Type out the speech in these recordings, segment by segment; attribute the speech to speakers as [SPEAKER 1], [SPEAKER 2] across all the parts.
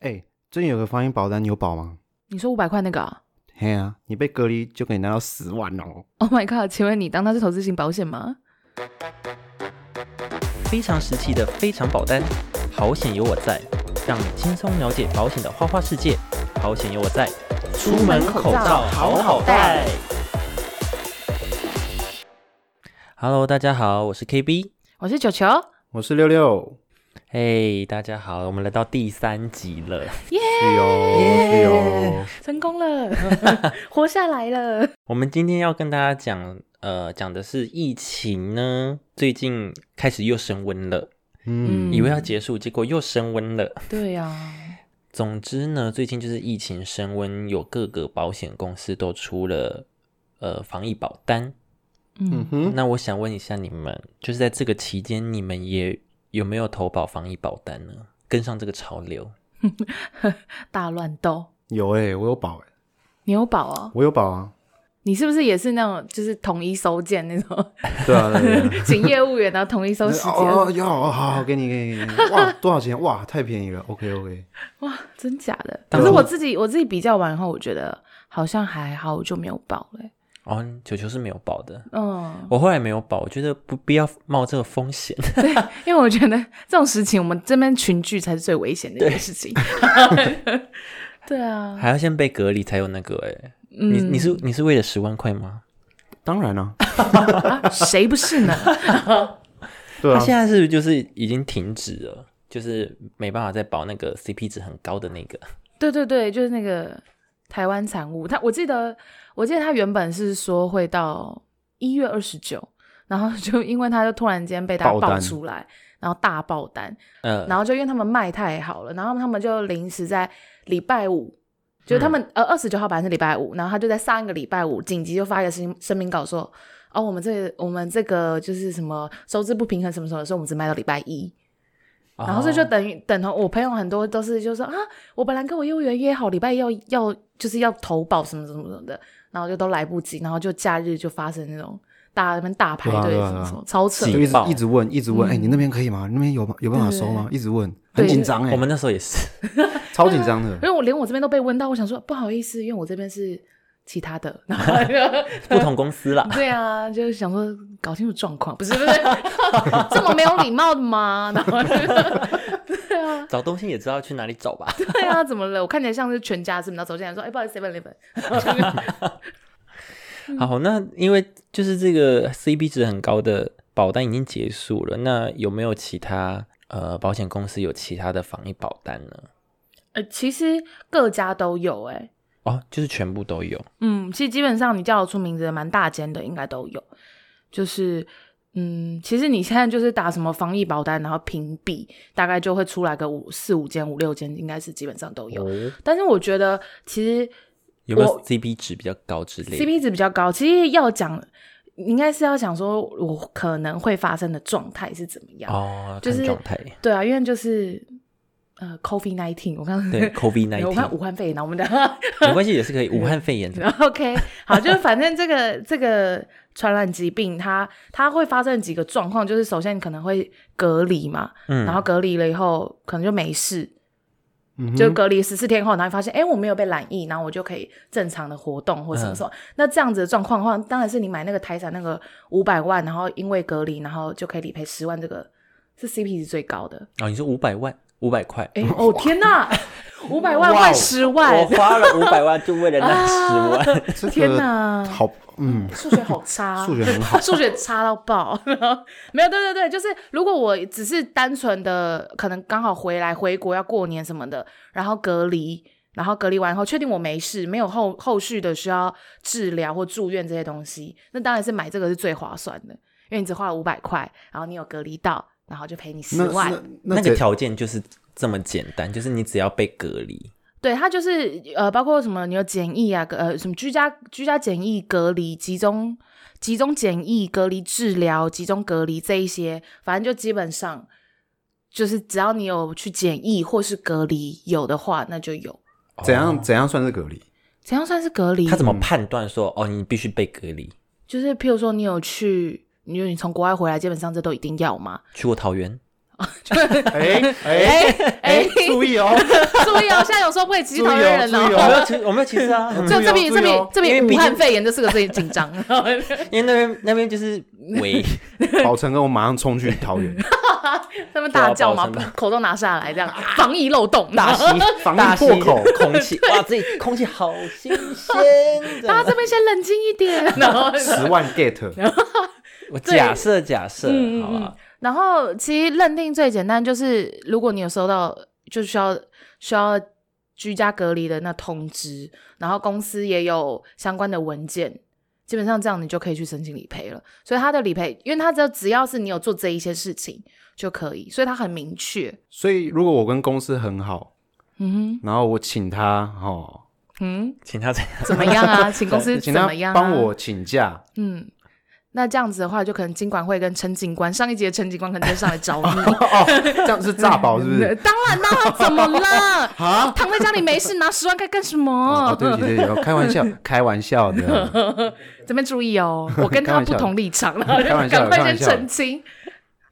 [SPEAKER 1] 哎、最近有个防疫保单，你有保吗？
[SPEAKER 2] 你说五百块那个啊、
[SPEAKER 1] 嘿啊，你被隔离就可以拿到十万哦。
[SPEAKER 2] o h Oh my god！请问你当它是投资型保险吗？
[SPEAKER 3] 非常时期的非常保单，好险有我在，让你轻松了解保险的花花世界。好险有我在，出
[SPEAKER 2] 门口罩好好戴。
[SPEAKER 3] Hello，大家好，我是 KB。
[SPEAKER 2] 我是九球，
[SPEAKER 1] 我是六六，
[SPEAKER 3] 嘿、大家好，我们来到第三集了。
[SPEAKER 1] 是哦，是哦。
[SPEAKER 2] 成功 了，活下来了。
[SPEAKER 3] 我们今天要跟大家讲，呃，讲的是疫情呢，最近开始又升温了，
[SPEAKER 1] 嗯，
[SPEAKER 3] 以为要结束，结果又升温了。
[SPEAKER 2] 对呀、
[SPEAKER 3] 总之呢，最近就是疫情升温，有各个保险公司都出了呃防疫保单。
[SPEAKER 1] 嗯
[SPEAKER 2] 嗯，
[SPEAKER 1] 哼，
[SPEAKER 3] 那我想问一下你们，就是在这个期间，你们也有没有投保防疫保单呢？跟上这个潮流？
[SPEAKER 2] 大乱斗，
[SPEAKER 1] 有哎、我有保哎、
[SPEAKER 2] 你有保哦？
[SPEAKER 1] 我有保啊。
[SPEAKER 2] 你是不是也是那种就是统一收件那种，
[SPEAKER 1] 对啊，对啊对啊。
[SPEAKER 2] 请业务员然后统一 收 十件？
[SPEAKER 1] 哦哦，要哦，好好给你给你给你，哇，多少钱？哇，太便宜了，OK OK，
[SPEAKER 2] 哇，真假的？
[SPEAKER 3] 当
[SPEAKER 2] 可是
[SPEAKER 3] 初
[SPEAKER 2] 我自己我自己比较完后，我觉得好像还好，我就没有保了、欸
[SPEAKER 3] 哦，九球是没有保的。
[SPEAKER 2] 嗯，
[SPEAKER 3] 我后来没有保，我觉得不必要冒这个风险。
[SPEAKER 2] 因为我觉得这种事情，我们这边群聚才是最危险的一个事 情。 对啊，
[SPEAKER 3] 还要先被隔离才有那个哎、
[SPEAKER 2] 嗯，
[SPEAKER 3] 你你是你是为了十万块吗？
[SPEAKER 1] 当然了、
[SPEAKER 2] 啊谁不是呢？
[SPEAKER 1] 对
[SPEAKER 3] 他
[SPEAKER 1] 啊，
[SPEAKER 3] 现在是不是就是已经停止了？就是没办法再保那个 CP 值很高的那个。
[SPEAKER 2] 对对对，就是那个台湾产物。他我记得，我记得他原本是说会到一月二十九，然后就因为他就突然间被他
[SPEAKER 1] 爆
[SPEAKER 2] 爆
[SPEAKER 1] 单
[SPEAKER 2] 出来，然后大爆单，
[SPEAKER 3] 呃，
[SPEAKER 2] 然后就因为他们卖太好了，然后他们就临时在礼拜五。就是他
[SPEAKER 1] 嗯
[SPEAKER 2] 们、呃二十九号本来是礼拜五，然后他就在上一个礼拜五紧急就发一个声声明稿说，哦我们这个我们这个就是什么收支不平衡什么什么，所以我们只卖到礼拜一。然后这就
[SPEAKER 3] 哦
[SPEAKER 2] 等于等同我朋友很多都是就说啊，我本来跟我业务员约好礼拜一要要就是要投保什么什么什么的，然后就都来不及，然后就假日就发生那种大那边大排队
[SPEAKER 1] 对啊对啊
[SPEAKER 2] 什么什么，
[SPEAKER 1] 对
[SPEAKER 2] 超扯
[SPEAKER 3] 是。
[SPEAKER 1] 就一直
[SPEAKER 3] 保
[SPEAKER 1] 一直问，一直问，
[SPEAKER 2] 嗯
[SPEAKER 1] 哎、你那边可以吗？你那边有有办法收吗？一直问，很
[SPEAKER 2] 对
[SPEAKER 1] 紧张哎，
[SPEAKER 3] 我们那时候也是，
[SPEAKER 1] 超紧张的
[SPEAKER 2] 因，为我连我这边都被问到，我想说不好意思，因为我这边是其他的， 然后就。
[SPEAKER 3] 不同公司啦
[SPEAKER 2] 对啊，就是想说搞清楚状况，不是不是这么没有礼貌的吗？然后就对啊
[SPEAKER 3] 找东西也知道去哪里找吧。
[SPEAKER 2] 对啊，怎么了？我看起来像是全家是吗？然后走进来说，哎、不好意思，seven eleven，
[SPEAKER 3] 好，那因为就是这个 CP 值很高的保单已经结束了，那有没有其他呃保险公司有其他的防疫保单呢？
[SPEAKER 2] 呃，其实各家都有哎、
[SPEAKER 3] 哦，就是全部都有。
[SPEAKER 2] 嗯，其实基本上你叫得出名字的蛮大间的，应该都有。就是，嗯，其实你现在就是打什么防疫保单，然后屏蔽，大概就会出来个五四五间、五六间，应该是基本上都有。
[SPEAKER 3] 哦
[SPEAKER 2] 但是我觉得其实
[SPEAKER 3] 有没有
[SPEAKER 2] 我
[SPEAKER 3] CP 值比较高之类的？
[SPEAKER 2] CP 值比较高，其实要讲，你应该是要讲说我可能会发生的状态是怎么样。
[SPEAKER 3] 哦，
[SPEAKER 2] 就
[SPEAKER 3] 看
[SPEAKER 2] 是
[SPEAKER 3] 状态。
[SPEAKER 2] 对啊，因为就是呃，COVID nineteen，我刚刚
[SPEAKER 3] 对，COVID
[SPEAKER 2] 我看武
[SPEAKER 3] nineteen
[SPEAKER 2] 汉肺炎，然后我们的。
[SPEAKER 3] 没关系，也是可以。武汉肺炎
[SPEAKER 2] OK，好，就是反正这个这个传染疾病它，它会发生几个状况，就是首先你可能会隔离嘛，
[SPEAKER 3] 嗯
[SPEAKER 2] 然后隔离了以后可能就没事，
[SPEAKER 1] 嗯
[SPEAKER 2] 就
[SPEAKER 1] 哼，
[SPEAKER 2] 隔离十四天后，然后发现哎、诶我没有被染疫，然后我就可以正常的活动或什
[SPEAKER 3] 嗯
[SPEAKER 2] 么什么。那这样子的状况的话，当然是你买那个台产那个五百万，然后因为隔离，然后就可以理赔十万，这个是 CP 值最高的。
[SPEAKER 3] 哦，你说五百万，五百块，
[SPEAKER 2] 哎、哦天哪，五百万
[SPEAKER 3] 哇哦
[SPEAKER 2] 换十
[SPEAKER 3] 我
[SPEAKER 2] 万，啊
[SPEAKER 3] 花了五百万就为了 那十万。
[SPEAKER 1] 这个
[SPEAKER 2] 天哪！
[SPEAKER 1] 好，嗯，
[SPEAKER 2] 数学好差，啊
[SPEAKER 1] 数学很好
[SPEAKER 2] 数学差到爆。 没有，对对对，就是如果我只是单纯的，可能刚好回来回国要过年什么的，然后隔离，然后隔离完后确定我没事，没有后后续的需要治疗或住院这些东西，那当然是买这个是最划算的，因为你只花了五百块，然后你有隔离到，然后就赔你十
[SPEAKER 1] 那
[SPEAKER 2] 万。
[SPEAKER 1] 那
[SPEAKER 3] 那
[SPEAKER 1] 那
[SPEAKER 3] 个
[SPEAKER 1] 个
[SPEAKER 3] 条件就是这么简单，就是你只要被隔离，
[SPEAKER 2] 对，它就是呃，包括什么你有检疫啊，呃，什么居家居家检疫、隔离、集中集中检疫、隔离治疗、集中隔离这一些，反正就基本上就是只要你有去检疫或是隔离有的话，那就有。
[SPEAKER 1] 怎样
[SPEAKER 3] 哦？
[SPEAKER 1] 怎样算是隔离？
[SPEAKER 2] 怎样算是隔离？
[SPEAKER 3] 他怎么判断说哦，你必须被隔离？
[SPEAKER 2] 就是譬如说你有去，你你从国外回来，基本上这都一定要嘛。
[SPEAKER 3] 去过桃园，
[SPEAKER 1] 哎哎
[SPEAKER 2] 哎哎
[SPEAKER 1] 哎，，注意哦，
[SPEAKER 2] 注意哦，现在有时候不可以歧视
[SPEAKER 1] 注意
[SPEAKER 2] 讨厌
[SPEAKER 1] 哦，
[SPEAKER 2] 人
[SPEAKER 1] 注意
[SPEAKER 3] 我 没
[SPEAKER 1] 哦
[SPEAKER 3] 有歧，我没有歧视啊，
[SPEAKER 1] 注
[SPEAKER 2] 这
[SPEAKER 1] 意
[SPEAKER 2] 这
[SPEAKER 1] 哦
[SPEAKER 2] 边
[SPEAKER 1] 注
[SPEAKER 2] 这
[SPEAKER 1] 意
[SPEAKER 2] 边
[SPEAKER 1] 哦
[SPEAKER 2] 这
[SPEAKER 3] 因
[SPEAKER 2] 边
[SPEAKER 3] 为
[SPEAKER 2] 武
[SPEAKER 3] 毕
[SPEAKER 2] 汉
[SPEAKER 3] 竟
[SPEAKER 2] 肺炎这四个字也紧张，
[SPEAKER 3] 因为那边那边就是 围，
[SPEAKER 1] 宝成跟我马上冲去桃 园，
[SPEAKER 2] 他们大叫嘛
[SPEAKER 3] 对啊抱 歉，
[SPEAKER 2] 口罩拿下来，这样 防疫漏 洞，大
[SPEAKER 3] 吸
[SPEAKER 1] 防
[SPEAKER 3] 啊大
[SPEAKER 1] 疫
[SPEAKER 3] 吸
[SPEAKER 1] 破口，
[SPEAKER 3] 空气，哇，这里空气好新鲜。这
[SPEAKER 2] 家
[SPEAKER 3] 样
[SPEAKER 2] 这边先冷静一点。然后
[SPEAKER 1] 十万 get，
[SPEAKER 3] 我假设假设，
[SPEAKER 2] 嗯嗯
[SPEAKER 3] 好啊吧，
[SPEAKER 2] 然后其实认定最简单就是，如果你有收到就需要需要居家隔离的那通知，然后公司也有相关的文件，基本上这样你就可以去申请理赔了。所以他的理赔，因为他只要只要是你有做这一些事情就可以，所以他很明确。
[SPEAKER 1] 所以如果我跟公司很好，
[SPEAKER 2] 嗯
[SPEAKER 1] 然后我请他哦，
[SPEAKER 2] 哼嗯，
[SPEAKER 3] 请他这样。
[SPEAKER 2] 怎么样啊？请公司怎
[SPEAKER 1] 请他
[SPEAKER 2] 么样、啊？
[SPEAKER 1] 帮我请假，
[SPEAKER 2] 嗯，那这样子的话，就可能经管会跟陈警官，上一集的陈警官可能就上来找你。
[SPEAKER 1] 哦，这样是诈 保是不是？
[SPEAKER 2] 当然啦，怎么了？
[SPEAKER 1] 啊？
[SPEAKER 2] 躺在家里没事，拿十万该干什
[SPEAKER 1] 哦，
[SPEAKER 2] 么？
[SPEAKER 1] 对不起，对不起 哦，开玩笑，开玩笑的。
[SPEAKER 2] 这边注意哦，我跟
[SPEAKER 1] 开
[SPEAKER 2] 他
[SPEAKER 1] 玩笑
[SPEAKER 2] 不
[SPEAKER 1] 的
[SPEAKER 2] 同立场了，
[SPEAKER 1] 开玩笑 的
[SPEAKER 2] 赶
[SPEAKER 1] 开
[SPEAKER 2] 快
[SPEAKER 1] 玩
[SPEAKER 2] 先
[SPEAKER 1] 笑的
[SPEAKER 2] 澄清。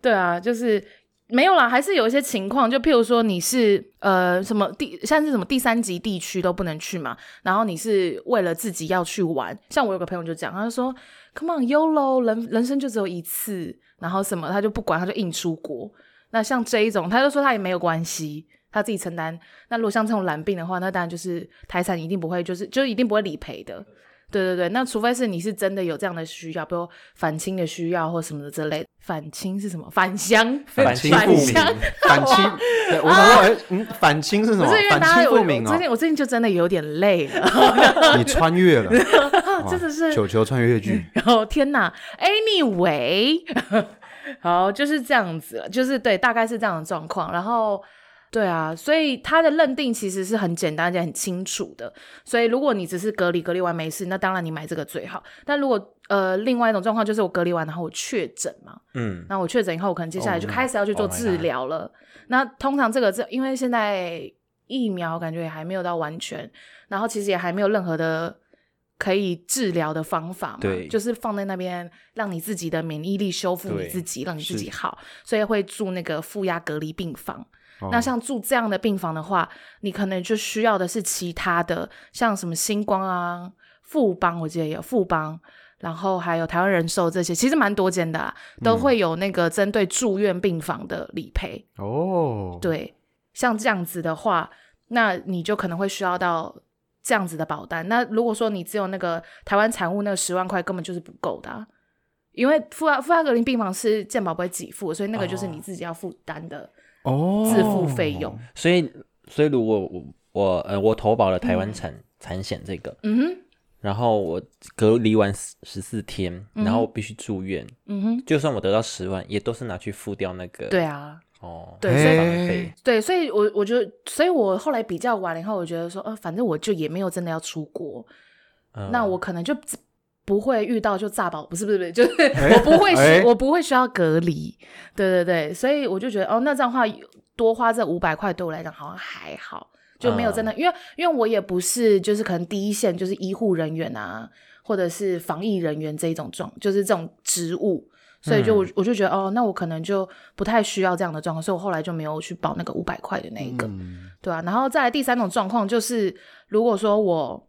[SPEAKER 2] 对啊，就是没有啦，还是有一些情况，就譬如说你是呃什么第像是什么第三级地区都不能去嘛，然后你是为了自己要去玩，像我有个朋友就讲，他就说 Come on YOLO，人人生就只有一次，然后什么他就不管，他就硬出国。那像这一种，他就说他也没有关系。他自己承担。那如果像这种懒病的话，那当然就是财产一定不会，就是就一定不会理赔的。对对对，那除非是你是真的有这样的需要，比如反清的需要或什么的之类的。反清是什么？返乡，
[SPEAKER 1] 反清复明
[SPEAKER 2] 乡，
[SPEAKER 1] 反清，对我想说，哎，嗯，反清是什
[SPEAKER 2] 不
[SPEAKER 1] 么
[SPEAKER 2] 是因？为
[SPEAKER 1] 反清
[SPEAKER 2] 大家我
[SPEAKER 1] 复
[SPEAKER 2] 我
[SPEAKER 1] 明
[SPEAKER 2] 最近我最近就真的有点累 了，
[SPEAKER 1] 哦，你穿越 了，哇
[SPEAKER 2] 真的是
[SPEAKER 1] 球球穿越剧。
[SPEAKER 2] 然后天哪，anyway，好就是这样子了，就是对，大概是这样的状况。然后对啊，所以他的认定其实是很简单而且很清楚的。所以如果你只是隔离，隔离完没事，那当然你买这个最好。但如果呃另外一种状况就是我隔离完然后我确诊嘛，
[SPEAKER 3] 嗯，
[SPEAKER 2] 那我确诊以后，我可能接下来就开始要去做
[SPEAKER 3] Oh my
[SPEAKER 2] 治疗了。那通常这个这因为现在疫苗感觉也还没有到完全，然后其实也还没有任何的可以治疗的方法嘛，
[SPEAKER 3] 对
[SPEAKER 2] 就是放在那边让你自己的免疫力修复你
[SPEAKER 3] 对
[SPEAKER 2] 自己，让你自
[SPEAKER 1] 是
[SPEAKER 2] 己好，所以会住那个负压隔离病房。
[SPEAKER 1] 哦
[SPEAKER 2] 那像住这样的病房的话，你可能就需要的是其他的，像什么星光啊、富邦，我记得也有富邦，然后还有台湾人寿这些，其实蛮多间的啦，都
[SPEAKER 1] 嗯
[SPEAKER 2] 会有那个针对住院病房的理赔。
[SPEAKER 1] 哦，
[SPEAKER 2] 对，像这样子的话，那你就可能会需要到这样子的保单。那如果说你只有那个台湾产物那十万块，根本就是不够的啊、因为负压负压格林病房是健保不会给付，所以那个就是你自己要负担的
[SPEAKER 1] 哦，
[SPEAKER 2] 自付费用。
[SPEAKER 3] 所以所以如果我我呃我投保了台湾产产险这个，
[SPEAKER 2] 嗯哼，
[SPEAKER 3] 然后我隔离完十四天，然后我必须住院，
[SPEAKER 2] 嗯哼，
[SPEAKER 3] 就算我得到十万，也都是拿去付掉那个
[SPEAKER 2] 对啊，
[SPEAKER 3] 哦，
[SPEAKER 2] 对所
[SPEAKER 1] 哎
[SPEAKER 2] 以
[SPEAKER 3] 保费
[SPEAKER 2] 对，所以我我觉得，所以我后来比较完了以后，我觉得说，呃，反正我就也没有真的要出国，
[SPEAKER 3] 嗯
[SPEAKER 2] 那我可能就只不会遇到就炸保，不是不是不是，就是我不会需、
[SPEAKER 1] 哎
[SPEAKER 2] 我不会需要隔离，对对对，所以我就觉得哦，那这样的话多花这五百块对我来讲好像还好，就没有真的，
[SPEAKER 1] 嗯
[SPEAKER 2] 因为因为我也不是就是可能第一线就是医护人员啊，或者是防疫人员这一种状，就是这种职务。所
[SPEAKER 1] 嗯
[SPEAKER 2] 以就我我就觉得哦，那我可能就不太需要这样的状况，所以我后来就没有去保那个五百块的那一个。
[SPEAKER 1] 嗯
[SPEAKER 2] 对啊，然后再来第三种状况就是，如果说我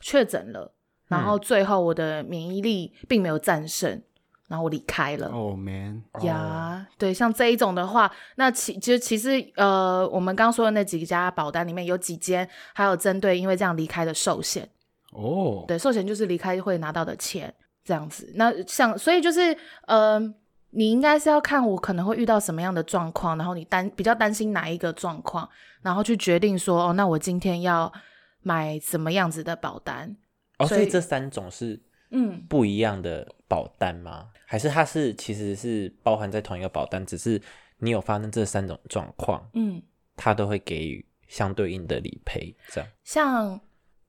[SPEAKER 2] 确诊了，然后最后我的免疫力并没有战胜，然后我离开了。
[SPEAKER 1] 哦，man，
[SPEAKER 2] 呀对，像这一种的话，那其其实其实呃，我们刚刚说的那几家保单里面有几间，还有针对因为这样离开的寿险，
[SPEAKER 1] 哦，
[SPEAKER 2] 对，寿险就是离开会拿到的钱这样子。那像所以就是，嗯、你应该是要看我可能会遇到什么样的状况，然后你担比较担心哪一个状况，然后去决定说，哦，那我今天要买什么样子的保单。
[SPEAKER 3] 哦，
[SPEAKER 2] 所
[SPEAKER 3] 所
[SPEAKER 2] 以
[SPEAKER 3] 以这三种是
[SPEAKER 2] 嗯，
[SPEAKER 3] 不一样的保单吗？还是它是其实是包含在同一个保单，只是你有发生这三种状况，
[SPEAKER 2] 嗯，
[SPEAKER 3] 它都会给予相对应的理赔，这样。
[SPEAKER 2] 像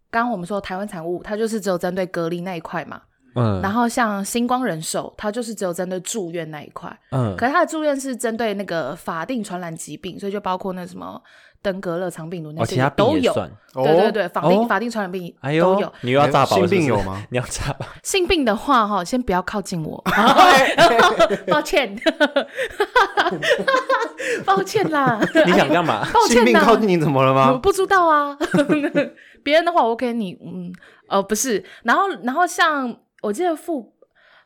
[SPEAKER 2] 刚刚我们说台湾产物，它就是只有针对隔离那一块嘛，
[SPEAKER 3] 嗯
[SPEAKER 2] 然后像星光人寿，它就是只有针对住院那一块。
[SPEAKER 3] 嗯
[SPEAKER 2] 可是他的住院是针对那个法定传染疾病，所以就包括那什么登革热、肠病毒那
[SPEAKER 3] 哦，
[SPEAKER 2] 些
[SPEAKER 3] 其他
[SPEAKER 2] 都
[SPEAKER 3] 病也
[SPEAKER 2] 有。
[SPEAKER 3] 算。
[SPEAKER 1] 哦
[SPEAKER 2] 对对，对，法定、
[SPEAKER 3] 哦
[SPEAKER 2] 法定传染病
[SPEAKER 3] 哎
[SPEAKER 2] 都有
[SPEAKER 3] 呦。，你又要炸保
[SPEAKER 1] 性
[SPEAKER 3] 了是不
[SPEAKER 1] 病
[SPEAKER 3] 是
[SPEAKER 1] 有吗？
[SPEAKER 3] 你要炸保？
[SPEAKER 2] 性病的话，哈，哎先不要靠近我，抱歉。 抱歉啦，
[SPEAKER 3] 你想干嘛？
[SPEAKER 2] 抱
[SPEAKER 1] 性
[SPEAKER 2] 歉
[SPEAKER 1] 命
[SPEAKER 2] 啦
[SPEAKER 1] 靠，近你怎么了
[SPEAKER 2] 我
[SPEAKER 1] 吗？
[SPEAKER 2] 不知道啊。 别人的话我给你，嗯，呃，不是。然后，然后像我记得富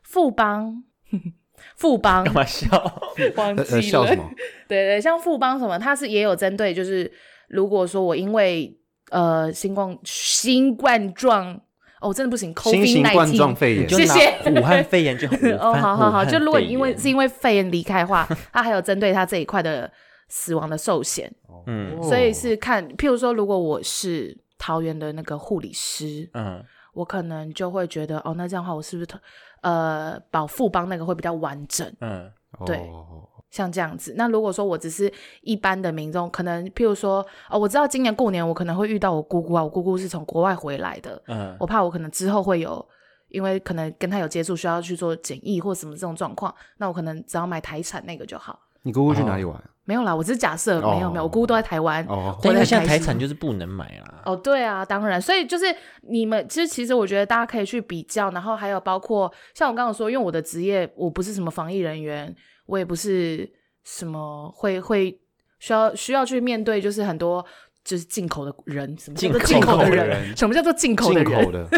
[SPEAKER 2] 富邦， 富邦
[SPEAKER 3] 干嘛笑？
[SPEAKER 2] 忘
[SPEAKER 1] 呃
[SPEAKER 2] 记
[SPEAKER 1] 呃，
[SPEAKER 2] 了，
[SPEAKER 1] 笑什么？
[SPEAKER 2] 对对，像富邦什么，它是也有针对，就是如果说我因为呃新冠新冠状，哦，我真的不行
[SPEAKER 1] 新型冠状
[SPEAKER 2] ，COVID
[SPEAKER 1] 肺炎
[SPEAKER 3] 你就
[SPEAKER 2] 谢
[SPEAKER 3] 拿
[SPEAKER 2] 谢
[SPEAKER 3] 武汉肺炎就好。 武
[SPEAKER 2] 哦，
[SPEAKER 3] 汉
[SPEAKER 2] 好好
[SPEAKER 3] 武
[SPEAKER 2] 好，
[SPEAKER 3] 汉
[SPEAKER 2] 就如果
[SPEAKER 3] 肺
[SPEAKER 2] 因为
[SPEAKER 3] 炎
[SPEAKER 2] 是因为肺炎离开的话，它还有针对它这一块的死亡的寿险，
[SPEAKER 3] 嗯
[SPEAKER 2] 所以是看，譬如说，如果我是桃园的那个护理师，
[SPEAKER 3] 嗯
[SPEAKER 2] 我可能就会觉得，哦，那这样的话，我是不是特呃保富邦那个会比较完整？
[SPEAKER 3] 嗯
[SPEAKER 2] 对
[SPEAKER 1] 哦
[SPEAKER 2] 像这样子。那如果说我只是一般的民众，可能譬如说，哦，我知道今年过年我可能会遇到我姑姑啊，我姑姑是从国外回来的，
[SPEAKER 3] 嗯
[SPEAKER 2] 我怕我可能之后会有，因为可能跟她有接触，需要去做检疫或什么这种状况，那我可能只要买台产那个就好。
[SPEAKER 1] 你姑姑去
[SPEAKER 2] 哦
[SPEAKER 1] 哪里玩？
[SPEAKER 2] 没有啦，我只是假设，没有没有，我姑姑都在台湾。
[SPEAKER 1] 哦，
[SPEAKER 3] 但因为
[SPEAKER 2] 很
[SPEAKER 3] 现在
[SPEAKER 2] 开
[SPEAKER 3] 台
[SPEAKER 2] 心
[SPEAKER 3] 产就是不能买 啦。
[SPEAKER 2] 哦，对啊，当然，所以就是你们，其实其实我觉得大家可以去比较，然后还有包括像我刚刚说，因为我的职业我不是什么防疫人员，我也不是什么会会需要需要去面对，就是很多就是进口的人，什么叫做
[SPEAKER 3] 进
[SPEAKER 2] 进
[SPEAKER 3] 口
[SPEAKER 2] 口
[SPEAKER 3] 的
[SPEAKER 2] 的
[SPEAKER 1] 人
[SPEAKER 2] 人，什么叫做进口的
[SPEAKER 1] 进
[SPEAKER 2] 人
[SPEAKER 1] 口，的，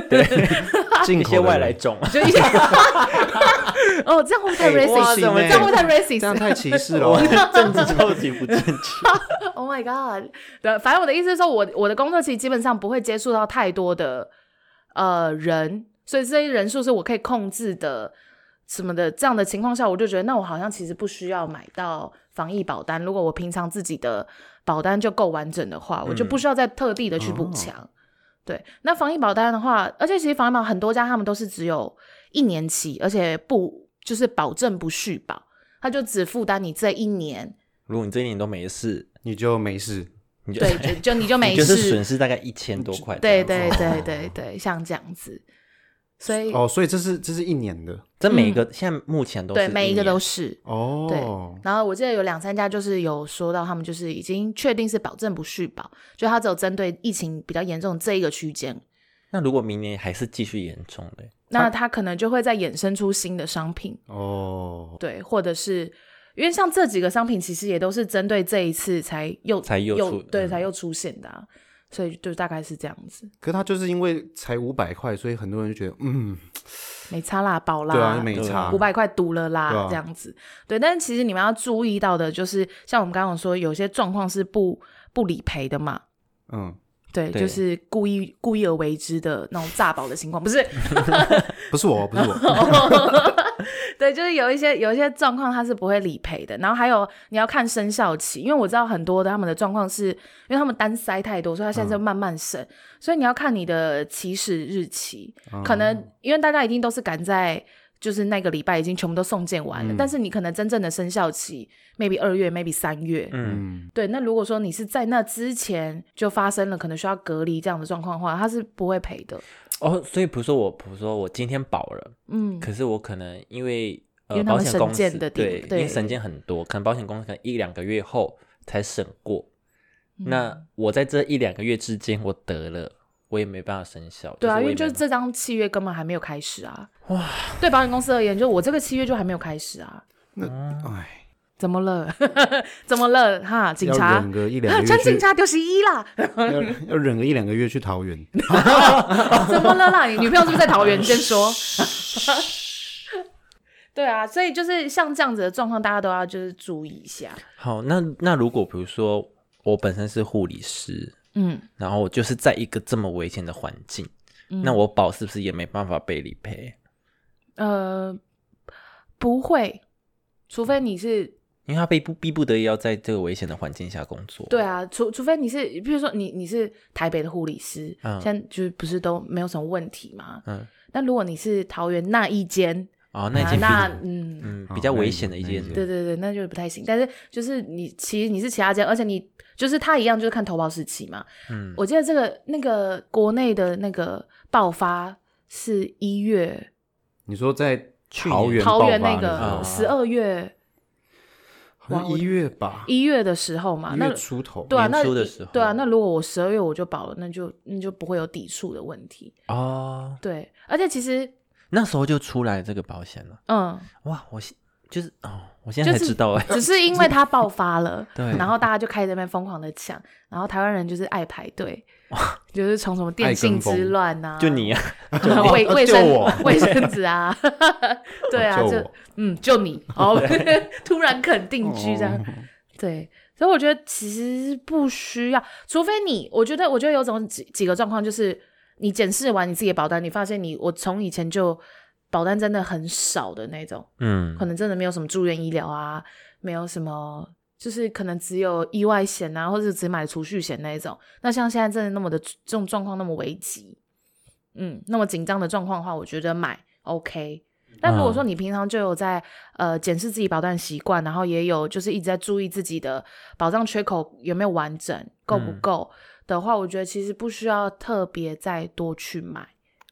[SPEAKER 1] 进
[SPEAKER 3] 一
[SPEAKER 1] 口
[SPEAKER 3] 些
[SPEAKER 1] 的
[SPEAKER 3] 外
[SPEAKER 1] 人
[SPEAKER 3] 来种，
[SPEAKER 2] 就一些 哦，这样会不会太
[SPEAKER 1] 哎哇
[SPEAKER 2] racist？
[SPEAKER 1] 怎么
[SPEAKER 2] 这样会不会太
[SPEAKER 1] 这
[SPEAKER 2] racist？
[SPEAKER 1] 样太歧视了
[SPEAKER 3] 我
[SPEAKER 1] 哦。
[SPEAKER 3] 政治超级不正确。
[SPEAKER 2] Oh my god！对，反正我的意思是说，我我的工作其实基本上不会接触到太多的呃人，所以这些人数是我可以控制的，什么的。这样的情况下，我就觉得，那我好像其实不需要买到防疫保单。如果我平常自己的保单就够完整的话，我就
[SPEAKER 3] 嗯
[SPEAKER 2] 不需要再特地的去
[SPEAKER 3] 哦
[SPEAKER 2] 补强。对，那防疫保单的话，而且其实防疫保很多家他们都是只有一年期，而且不就是保证不续保，他就只负担你这一年。
[SPEAKER 3] 如果你这一年都没事，
[SPEAKER 1] 你就没事，
[SPEAKER 3] 你就
[SPEAKER 2] 对，就就你就没
[SPEAKER 3] 你就
[SPEAKER 2] 事，
[SPEAKER 3] 是损失大概一千多块这
[SPEAKER 2] 对
[SPEAKER 3] 样子。
[SPEAKER 2] 对对
[SPEAKER 1] 哦
[SPEAKER 2] 对对，像这样子，所以、
[SPEAKER 1] 哦，所以这是这是一年的
[SPEAKER 3] 这每一个现在目前都
[SPEAKER 2] 嗯
[SPEAKER 3] 是
[SPEAKER 2] 对每一个都
[SPEAKER 3] 是
[SPEAKER 2] 是。对
[SPEAKER 1] 哦，，
[SPEAKER 2] 然后我记得有两三家就是有说到，他们就是已经确定是保证不续保，就他只有针对疫情比较严重这一个区间，
[SPEAKER 3] 那如果明年还是继续严重的，
[SPEAKER 2] 那他可能就会再衍生出新的商品，
[SPEAKER 1] 哦，
[SPEAKER 2] 对，或者是因为像这几个商品其实也都是针对这一次才又
[SPEAKER 3] 才又
[SPEAKER 2] 又
[SPEAKER 3] 出
[SPEAKER 2] 对
[SPEAKER 3] 嗯
[SPEAKER 2] 才又出现的、啊，所以就大概是这样子，
[SPEAKER 1] 可是他就是因为才五百块，所以很多人就觉得，嗯，
[SPEAKER 2] 没差啦，保啦，
[SPEAKER 1] 对啊，没差
[SPEAKER 2] 五，百块赌了啦，
[SPEAKER 1] 对啊
[SPEAKER 2] 这样子。对，但是其实你们要注意到的就是，像我们刚刚有说，有些状况是不不理赔的嘛。
[SPEAKER 1] 嗯，
[SPEAKER 2] 对，
[SPEAKER 3] 对
[SPEAKER 2] 就是故意故意而为之的那种诈保的情况，不是？
[SPEAKER 1] 不是我，不是 我，
[SPEAKER 2] 对，就是有一些有一些状况它是不会理赔的。然后还有你要看生效期，因为我知道很多的他们的状况是因为他们单塞太多，所以他现在就慢慢审，所以你要看你的起始日期。可能因为大家一定都是赶在就是那个礼拜已经全部都送件完了，但是你可能真正的生效期 maybe 二月，maybe 三月。
[SPEAKER 3] 嗯，
[SPEAKER 1] 嗯，
[SPEAKER 2] 对，那如果说你是在那之前就发生了可能需要隔离这样的状况的话，它是不会赔的。
[SPEAKER 3] 哦，所以比如说我，比如说我今天保了，
[SPEAKER 2] 嗯，
[SPEAKER 3] 可是我可能因为呃
[SPEAKER 2] 因为他
[SPEAKER 3] 保
[SPEAKER 2] 们
[SPEAKER 3] 险
[SPEAKER 2] 审
[SPEAKER 3] 公司
[SPEAKER 2] 件的地
[SPEAKER 3] 对，因
[SPEAKER 2] 对
[SPEAKER 3] 为审件很多，可能保险公司可能一两个月后才审过，
[SPEAKER 2] 嗯
[SPEAKER 3] 那我在这一两个月之间我得了，我也没办法生效，
[SPEAKER 2] 对啊，
[SPEAKER 3] 是
[SPEAKER 2] 因
[SPEAKER 3] 我
[SPEAKER 2] 为
[SPEAKER 3] 也
[SPEAKER 2] 就是
[SPEAKER 3] 没办
[SPEAKER 2] 这张契约根本还没有开始啊。哇，对保险公司而言，就我这个契约就还没有开始啊。
[SPEAKER 1] 哎，
[SPEAKER 2] 怎么了？ 怎么了？哈，警
[SPEAKER 1] 要
[SPEAKER 2] 察
[SPEAKER 1] 忍，个一两
[SPEAKER 2] 哈
[SPEAKER 1] 个
[SPEAKER 2] 陈
[SPEAKER 1] 月
[SPEAKER 2] 警
[SPEAKER 1] 去，
[SPEAKER 2] 察丢十一啦！
[SPEAKER 1] 要要忍个一两个月去桃园，
[SPEAKER 2] 怎么了啦？你女朋友是不是在桃园？你先说。 对啊，所以就是像这样子的状况，大家都要就是注意一下。
[SPEAKER 3] 好，那那如果比如说我本身是护理师，
[SPEAKER 2] 嗯，
[SPEAKER 3] 然后我就是在一个这么危险的环境，那我保是不是也没办法被理赔？
[SPEAKER 2] 呃，不会，除非你是
[SPEAKER 3] 因为他被不逼不得已要在这个危险的环境下工作，
[SPEAKER 2] 对啊，除除非你是，比如说你你是台北的护理师，
[SPEAKER 3] 嗯
[SPEAKER 2] 现在就是不是都没有什么问题吗？
[SPEAKER 3] 嗯，
[SPEAKER 2] 那如果你是桃园那一间，
[SPEAKER 3] 哦，那已
[SPEAKER 2] 啊
[SPEAKER 3] 经比
[SPEAKER 2] 那嗯。
[SPEAKER 3] 嗯
[SPEAKER 1] 哦
[SPEAKER 3] 比较
[SPEAKER 1] 那
[SPEAKER 3] 危
[SPEAKER 1] 一
[SPEAKER 3] 险的一
[SPEAKER 1] 那一
[SPEAKER 3] 件，
[SPEAKER 1] 件
[SPEAKER 2] 对对对，那就是不太行。但是就是你其实你是其他间，而且你就是他一样，就是看投保时期嘛。
[SPEAKER 3] 嗯，
[SPEAKER 2] 我记得这个那个国内的那个爆发是一月，
[SPEAKER 1] 你说在
[SPEAKER 3] 去
[SPEAKER 1] 桃
[SPEAKER 3] 年
[SPEAKER 1] 园
[SPEAKER 2] 桃园
[SPEAKER 1] 爆
[SPEAKER 2] 那
[SPEAKER 1] 发
[SPEAKER 2] 个
[SPEAKER 1] 个时
[SPEAKER 2] 十
[SPEAKER 1] 候，
[SPEAKER 2] 二月
[SPEAKER 1] 好像一月吧，
[SPEAKER 2] 一月的时候嘛，
[SPEAKER 1] 一
[SPEAKER 2] 那
[SPEAKER 1] 月出头，
[SPEAKER 2] 对啊，
[SPEAKER 3] 年
[SPEAKER 2] 那
[SPEAKER 3] 初的时候
[SPEAKER 2] 对啊，那如果我十二月我就保了，那就那就不会有抵触的问题。
[SPEAKER 3] 哦，
[SPEAKER 2] 对，而且其实
[SPEAKER 3] 那时候就出来这个保险了。
[SPEAKER 2] 嗯，
[SPEAKER 3] 哇，我现就是哦，我现在才
[SPEAKER 2] 就是
[SPEAKER 3] 知道哎、，
[SPEAKER 2] 只是因为它爆发 了
[SPEAKER 3] 对
[SPEAKER 2] 然后大家就开始在那边疯狂的抢，然后台湾人就是爱排队，就是从什么电信之乱啊，
[SPEAKER 3] 就 你啊，
[SPEAKER 2] 卫
[SPEAKER 1] 哦
[SPEAKER 2] 卫
[SPEAKER 1] 就
[SPEAKER 2] 生
[SPEAKER 1] 我
[SPEAKER 2] 卫生纸啊， 对啊，
[SPEAKER 1] 就
[SPEAKER 2] 就
[SPEAKER 1] 我
[SPEAKER 2] 嗯，就你哦， 突然肯定居这
[SPEAKER 1] 哦
[SPEAKER 2] 样，对，所以我觉得其实不需要，除非你，我觉得我觉得有种几几个状况，就是你检视完你自己的保单，你发现你我从以前就保单真的很少的那种，
[SPEAKER 3] 嗯
[SPEAKER 2] 可能真的没有什么住院医疗啊，没有什么，就是可能只有意外险啊，或者只买储蓄险那一种。那像现在真的那么的这种状况那么危急，嗯，那么紧张的状况的话，我觉得买 OK。但如果说
[SPEAKER 3] 嗯
[SPEAKER 2] 你平常就有在、呃检视自己保障习惯，然后也有就是一直在注意自己的保障缺口有没有完整，够不
[SPEAKER 3] 嗯
[SPEAKER 2] 够的话，我觉得其实不需要特别再多去买。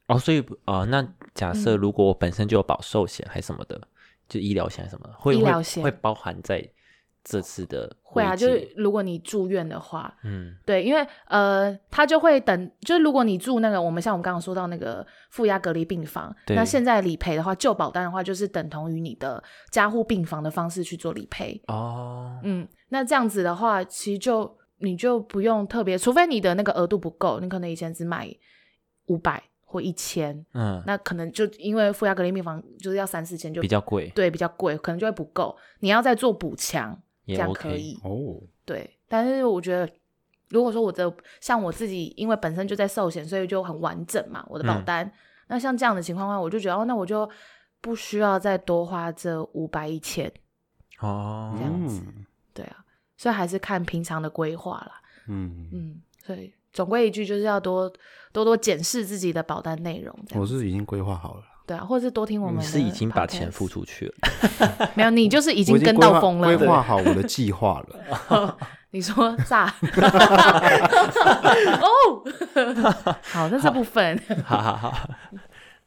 [SPEAKER 3] 哦，所以啊、呃那假设
[SPEAKER 2] 嗯
[SPEAKER 3] 如果我本身就有保寿险还什么的，就医疗险还什么的，会
[SPEAKER 2] 医疗
[SPEAKER 3] 会
[SPEAKER 2] 险
[SPEAKER 3] 会包含在这次的
[SPEAKER 2] 会啊，
[SPEAKER 3] 危
[SPEAKER 2] 就
[SPEAKER 3] 机
[SPEAKER 2] 是如果你住院的话，
[SPEAKER 3] 嗯
[SPEAKER 2] 对，因为呃，他就会等，就是如果你住那个我们像我们刚刚说到那个负压隔离病房，
[SPEAKER 3] 对
[SPEAKER 2] 那现在理赔的话，旧保单的话就是等同于你的加护病房的方式去做理赔。
[SPEAKER 3] 哦
[SPEAKER 2] 嗯，那这样子的话，其实就你就不用特别，除非你的那个额度不够，你可能以前只买五百或一千，
[SPEAKER 3] 嗯，
[SPEAKER 2] 那可能就因为负压隔离病房就是要三四千，就
[SPEAKER 3] 比较贵
[SPEAKER 2] 对比较贵，可能就会不够，你要再做补强，这
[SPEAKER 3] 也
[SPEAKER 2] 样
[SPEAKER 3] OK，
[SPEAKER 2] 可以。
[SPEAKER 1] 哦，
[SPEAKER 2] 对，但是我觉得，如果说我的像我自己，因为本身就在寿险，所以就很完整嘛，我的保
[SPEAKER 3] 嗯
[SPEAKER 2] 单。那像这样的情况的话，我就觉得哦，那我就不需要再多花这五百一千，
[SPEAKER 3] 哦
[SPEAKER 2] 这样子
[SPEAKER 1] 嗯
[SPEAKER 2] 对啊，所以还是看平常的规划啦。
[SPEAKER 1] 嗯，
[SPEAKER 2] 嗯，所以总归一句就是要多多多检视自己的保单内容，这样
[SPEAKER 1] 我是已经规划好了，
[SPEAKER 2] 对啊，或者是多听我们的
[SPEAKER 3] 你嗯是已经把钱
[SPEAKER 2] podcast
[SPEAKER 3] 付，出去了，
[SPEAKER 2] 没有你就是已
[SPEAKER 1] 我
[SPEAKER 2] 经跟
[SPEAKER 1] 规划
[SPEAKER 2] 到风
[SPEAKER 1] 规
[SPEAKER 2] 了。哦
[SPEAKER 1] 划好我的计划 了。
[SPEAKER 2] 你 说炸？哦， 好，那这部分，
[SPEAKER 3] 哈哈 哈。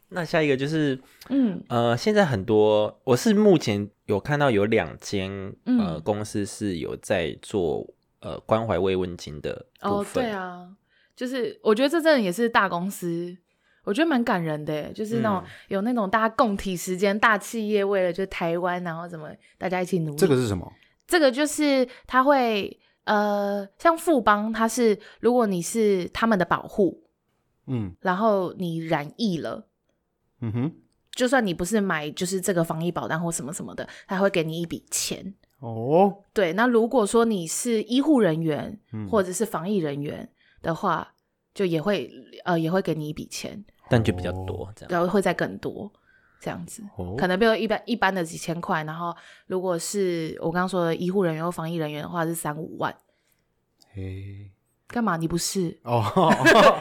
[SPEAKER 3] 那下一个就是
[SPEAKER 2] 嗯
[SPEAKER 3] 呃，现在很多我是目前有看到有两间呃
[SPEAKER 2] 嗯
[SPEAKER 3] 公司是有在做呃关怀慰问金的部
[SPEAKER 2] 哦，
[SPEAKER 3] 分，
[SPEAKER 2] 对啊，就是我觉得这真的也是大公司，我觉得蛮感人的，欸就是那种、
[SPEAKER 3] 嗯
[SPEAKER 2] 有那种大家共体时间，大企业为了就是台湾，然后怎么大家一起努力。
[SPEAKER 1] 这个是什么？
[SPEAKER 2] 这个就是他会呃，像富邦，它是如果你是他们的保护，
[SPEAKER 1] 嗯
[SPEAKER 2] 然后你染疫了。
[SPEAKER 1] 嗯哼，
[SPEAKER 2] 就算你不是买就是这个防疫保单或什么什么的，他会给你一笔钱。
[SPEAKER 1] 哦，
[SPEAKER 2] 对，那如果说你是医护人员
[SPEAKER 1] 嗯
[SPEAKER 2] 或者是防疫人员的话，就也会呃也会给你一笔钱，
[SPEAKER 3] 但就比较多这样。
[SPEAKER 2] 然后会再更多这样子。
[SPEAKER 1] 哦
[SPEAKER 2] 可能比如一般一般的几千块，然后如果是我刚刚说的医护人员或防疫人员的话是三五万。
[SPEAKER 1] 嘿
[SPEAKER 2] 干嘛？你不是？
[SPEAKER 1] 哦，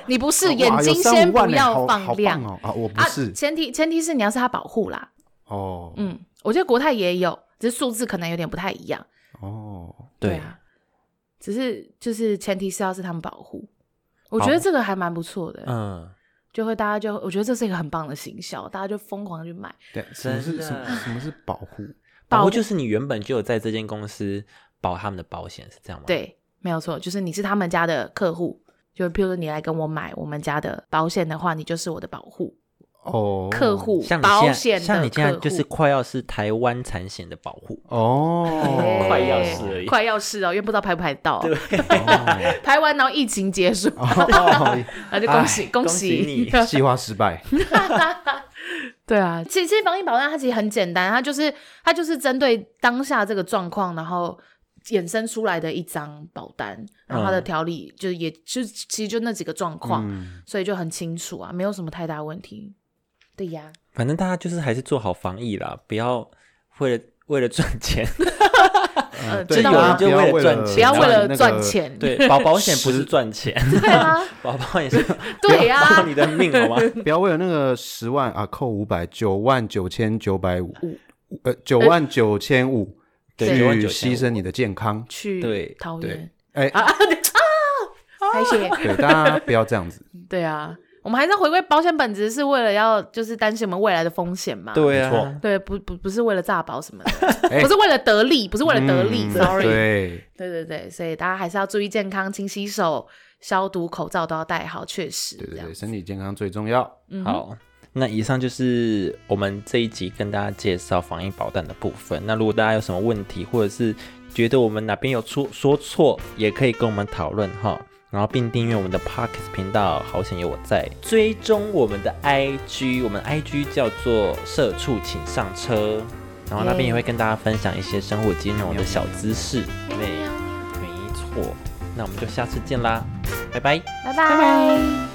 [SPEAKER 2] 你不 是？
[SPEAKER 1] 哇
[SPEAKER 2] 眼
[SPEAKER 1] 有
[SPEAKER 2] 睛
[SPEAKER 1] 35
[SPEAKER 2] 先
[SPEAKER 1] 万
[SPEAKER 2] 不
[SPEAKER 1] 呢
[SPEAKER 2] 要
[SPEAKER 1] 好好
[SPEAKER 2] 放
[SPEAKER 1] 棒
[SPEAKER 2] 亮
[SPEAKER 1] 哦啊！我不
[SPEAKER 2] 啊！
[SPEAKER 1] 是
[SPEAKER 2] 前提前提是你要是他保护啦。
[SPEAKER 1] 哦，
[SPEAKER 2] 嗯，我觉得国泰也有，只是数字可能有点不太一样。
[SPEAKER 1] 哦，
[SPEAKER 3] 对，
[SPEAKER 2] 啊，只是就是前提是要是他们保护，我觉得
[SPEAKER 3] 好
[SPEAKER 2] 这个还蛮不错的，
[SPEAKER 3] 嗯，
[SPEAKER 2] 就会大家就我觉得这是一个很棒的行销，大家就疯狂地去买，
[SPEAKER 1] 对，什么是
[SPEAKER 3] 真的
[SPEAKER 1] 什么什么是保护？
[SPEAKER 2] 保
[SPEAKER 3] 保护就是你原本就有在这间公司保他们的保险，是这样吗？，
[SPEAKER 2] 对，没有错，就是你是他们家的客户，就譬如说你来跟我买我们家的保险的话，你就是我的保护、
[SPEAKER 1] 哦，
[SPEAKER 2] 客户，
[SPEAKER 3] 像你
[SPEAKER 2] 保
[SPEAKER 3] 现
[SPEAKER 2] 险
[SPEAKER 3] 在，像
[SPEAKER 2] 的
[SPEAKER 3] 你现在
[SPEAKER 2] 客户，，
[SPEAKER 3] 就是哦快要是台湾产险的保护，
[SPEAKER 1] 哦
[SPEAKER 3] 快要
[SPEAKER 2] 哎
[SPEAKER 3] 是而已
[SPEAKER 2] 快要是哦，因为不知道排不排得到，
[SPEAKER 1] 哦
[SPEAKER 2] 排完然后疫情结束，那就恭喜
[SPEAKER 3] 哦哎
[SPEAKER 2] 恭
[SPEAKER 3] 恭喜 你
[SPEAKER 1] 计划失败，
[SPEAKER 2] 对啊，其实其实防疫保单它其实很简单，它就是它就是针对当下这个状况，然后衍生出来的一张保单，然后它的
[SPEAKER 3] 嗯
[SPEAKER 2] 条理就也就其实就那几个状况，
[SPEAKER 1] 嗯，
[SPEAKER 2] 所以就很清楚啊，没有什么太大问题。对呀，
[SPEAKER 3] 反正大家就是还是做好防疫啦，不要为了为了赚钱，
[SPEAKER 2] 呃，
[SPEAKER 1] 嗯对
[SPEAKER 2] 知道
[SPEAKER 3] 有人
[SPEAKER 1] 大家？
[SPEAKER 2] 吗
[SPEAKER 3] 就
[SPEAKER 1] 不要
[SPEAKER 3] 为了
[SPEAKER 1] 为
[SPEAKER 3] 赚
[SPEAKER 1] 了
[SPEAKER 3] 钱
[SPEAKER 2] 不要为
[SPEAKER 1] 那
[SPEAKER 2] 了
[SPEAKER 1] 个
[SPEAKER 2] 赚钱，
[SPEAKER 3] 对，保保险不是赚钱，
[SPEAKER 2] 对啊，
[SPEAKER 3] 保保险是
[SPEAKER 2] 对啊
[SPEAKER 3] 保
[SPEAKER 2] 呀，
[SPEAKER 3] 你的命好吗？
[SPEAKER 1] 不要为了那个十万啊扣五百九万九千九百五，呃九万九千五去
[SPEAKER 3] 对99,500
[SPEAKER 1] 牺牲你的健康。
[SPEAKER 2] 去
[SPEAKER 3] 对
[SPEAKER 2] 桃
[SPEAKER 1] 对
[SPEAKER 2] 园
[SPEAKER 1] 哎，
[SPEAKER 2] 啊啊对啊，拍写
[SPEAKER 1] 对，大家不要这样子。
[SPEAKER 2] 对啊，我们还是要回归保险本质，是为了要就是担心我们未来的风险嘛。
[SPEAKER 3] 对
[SPEAKER 1] 没错
[SPEAKER 3] 啊，
[SPEAKER 2] 对，不不不是为了诈保什么的，
[SPEAKER 1] 哎
[SPEAKER 2] 不是为了得利，不是为了 得利、
[SPEAKER 1] 嗯
[SPEAKER 2] s o r r y
[SPEAKER 1] 对，
[SPEAKER 2] 对对对，所以大家还是要注意健康，勤洗手、消毒，口罩都要戴好，确实
[SPEAKER 1] 对
[SPEAKER 2] 这
[SPEAKER 1] 对
[SPEAKER 2] 样
[SPEAKER 1] 对，。身体健康最重要。
[SPEAKER 2] 嗯哼
[SPEAKER 3] 好，那以上就是我们这一集跟大家介绍防疫保单的部分。那如果大家有什么问题，或者是觉得我们哪边有错说错，也可以跟我们讨论哈。然后并订阅我们的 Pockets 频道，好险有我在。追踪我们的 IG，我们 IG 叫做社畜请上车。然后那边也会跟大家分享一些生活金融的小知识。没没错，那我们就下次见啦，拜拜。
[SPEAKER 2] 拜拜。